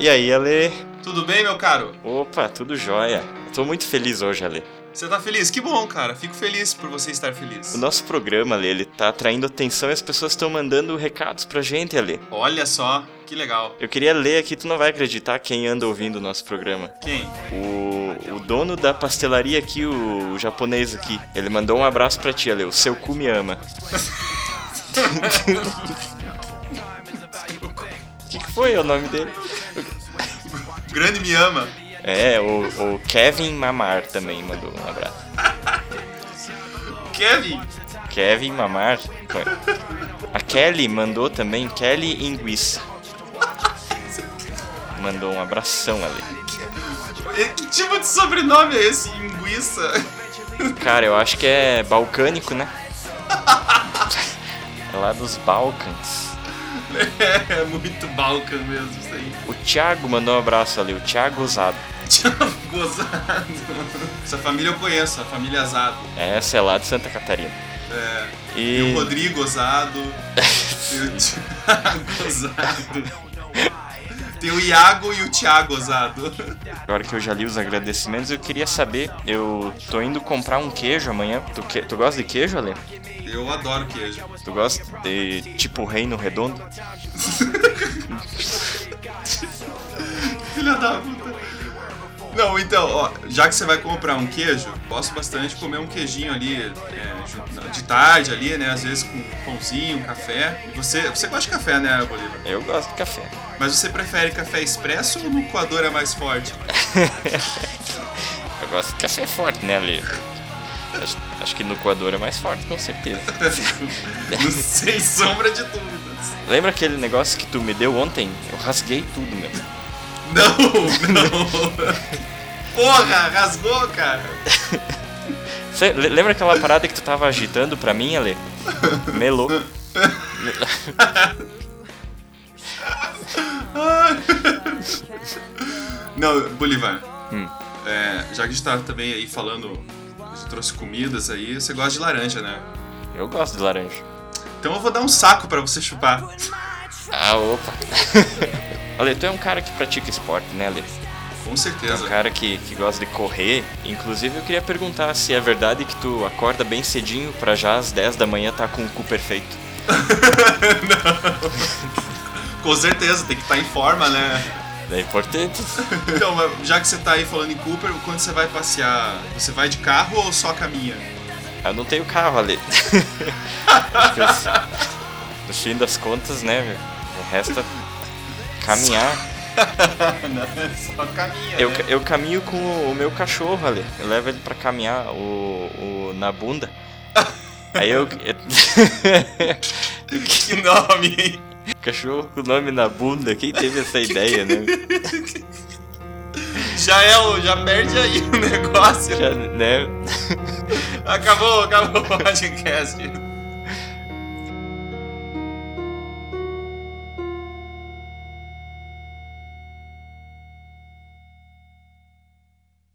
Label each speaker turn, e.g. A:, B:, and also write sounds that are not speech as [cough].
A: E aí, Ale?
B: Tudo bem, meu caro?
A: Opa, tudo jóia. Eu tô muito feliz hoje, Ale.
B: Você tá feliz? Que bom, cara. Fico feliz por você estar feliz.
A: O nosso programa, Ale, ele tá atraindo atenção e as pessoas estão mandando recados pra gente, Ale.
B: Olha só, que legal.
A: Eu queria ler aqui, tu não vai acreditar quem anda ouvindo o nosso programa.
B: Quem?
A: O, o dono da pastelaria aqui, o, o japonês aqui, ele mandou um abraço pra ti, Ale. O seu cu me ama. [laughs] O que, que foi o nome dele?
B: O grande me ama.
A: É, o, o Kevin Mamar também mandou um abraço.
B: Kevin.
A: Kevin Mamar. A Kelly mandou também, Kelly Inguiça. Mandou um abração ali.
B: E Que tipo de sobrenome é esse? Linguiça?
A: Cara, eu acho que é balcânico, né? É lá dos Balcãs.
B: [laughs] É muito Balkan mesmo isso aí.
A: O Thiago mandou um abraço ali, o Thiago Osado.
B: [laughs] Tchau, gozado. Essa família eu conheço, a família Azado.
A: Essa é lá de Santa Catarina.
B: É. E o
A: E
B: Rodrigo [laughs] Osado. Tem o Thiago Osado. Tem o Iago e o Thiago Osado.
A: agora que eu já li os agradecimentos, eu queria saber, eu tô indo comprar um queijo amanhã. Tu, que- tu gosta de queijo, Ale?
B: Eu adoro queijo.
A: Tu gosta de tipo reino redondo?
B: Filha da puta. Não, então, ó, já que você vai comprar um queijo, gosto bastante de comer um queijinho ali é, ju- de tarde ali, né? Às vezes com pãozinho, um café. E você, você gosta de café, né, Bolívar?
A: Eu gosto de café.
B: Mas você prefere café expresso ou no coador é mais forte? [laughs]
A: Eu gosto de café forte, né, Ale? Acho, acho que no coador é mais forte, com certeza.
B: Não Sem sombra de dúvidas.
A: Lembra aquele negócio que tu me deu ontem? Eu rasguei tudo, meu.
B: Não, [laughs] não. Porra, rasgou, cara.
A: Cê, le- lembra aquela parada que tu tava agitando pra mim, Ale? Melou.
B: Não, Bolivar.
A: Hum.
B: é, já que a gente tá também aí falando, a gente trouxe comidas aí, você gosta de laranja, né?
A: Eu gosto de laranja.
B: Então eu vou dar um saco pra você chupar.
A: Ah, opa. [laughs] Ale, tu é um cara que pratica esporte, né, Ale?
B: Com
A: Um
B: certeza.
A: cara que, que gosta de correr. Inclusive, eu queria perguntar se é verdade que tu acorda bem cedinho pra já às 10 da manhã tá com o cu perfeito.
B: Com certeza, tem que estar em forma, né?
A: É importante.
B: Então, mas já que você tá aí falando em Cooper, quando você vai passear, você vai de carro ou só [laughs] caminha?
A: Eu não tenho carro ali. no fim das contas, né, meu? Resta caminhar.
B: só caminha. né?
A: Eu, eu caminho com o meu cachorro ali. Eu levo ele pra caminhar o, o- na bunda. Aí eu. [laughs]
B: Que nome, hein?
A: cachorro com o nome na bunda, quem teve essa ideia, né?
B: Já é o. Já perde aí o negócio.
A: Já, né?
B: Acabou, acabou o podcast.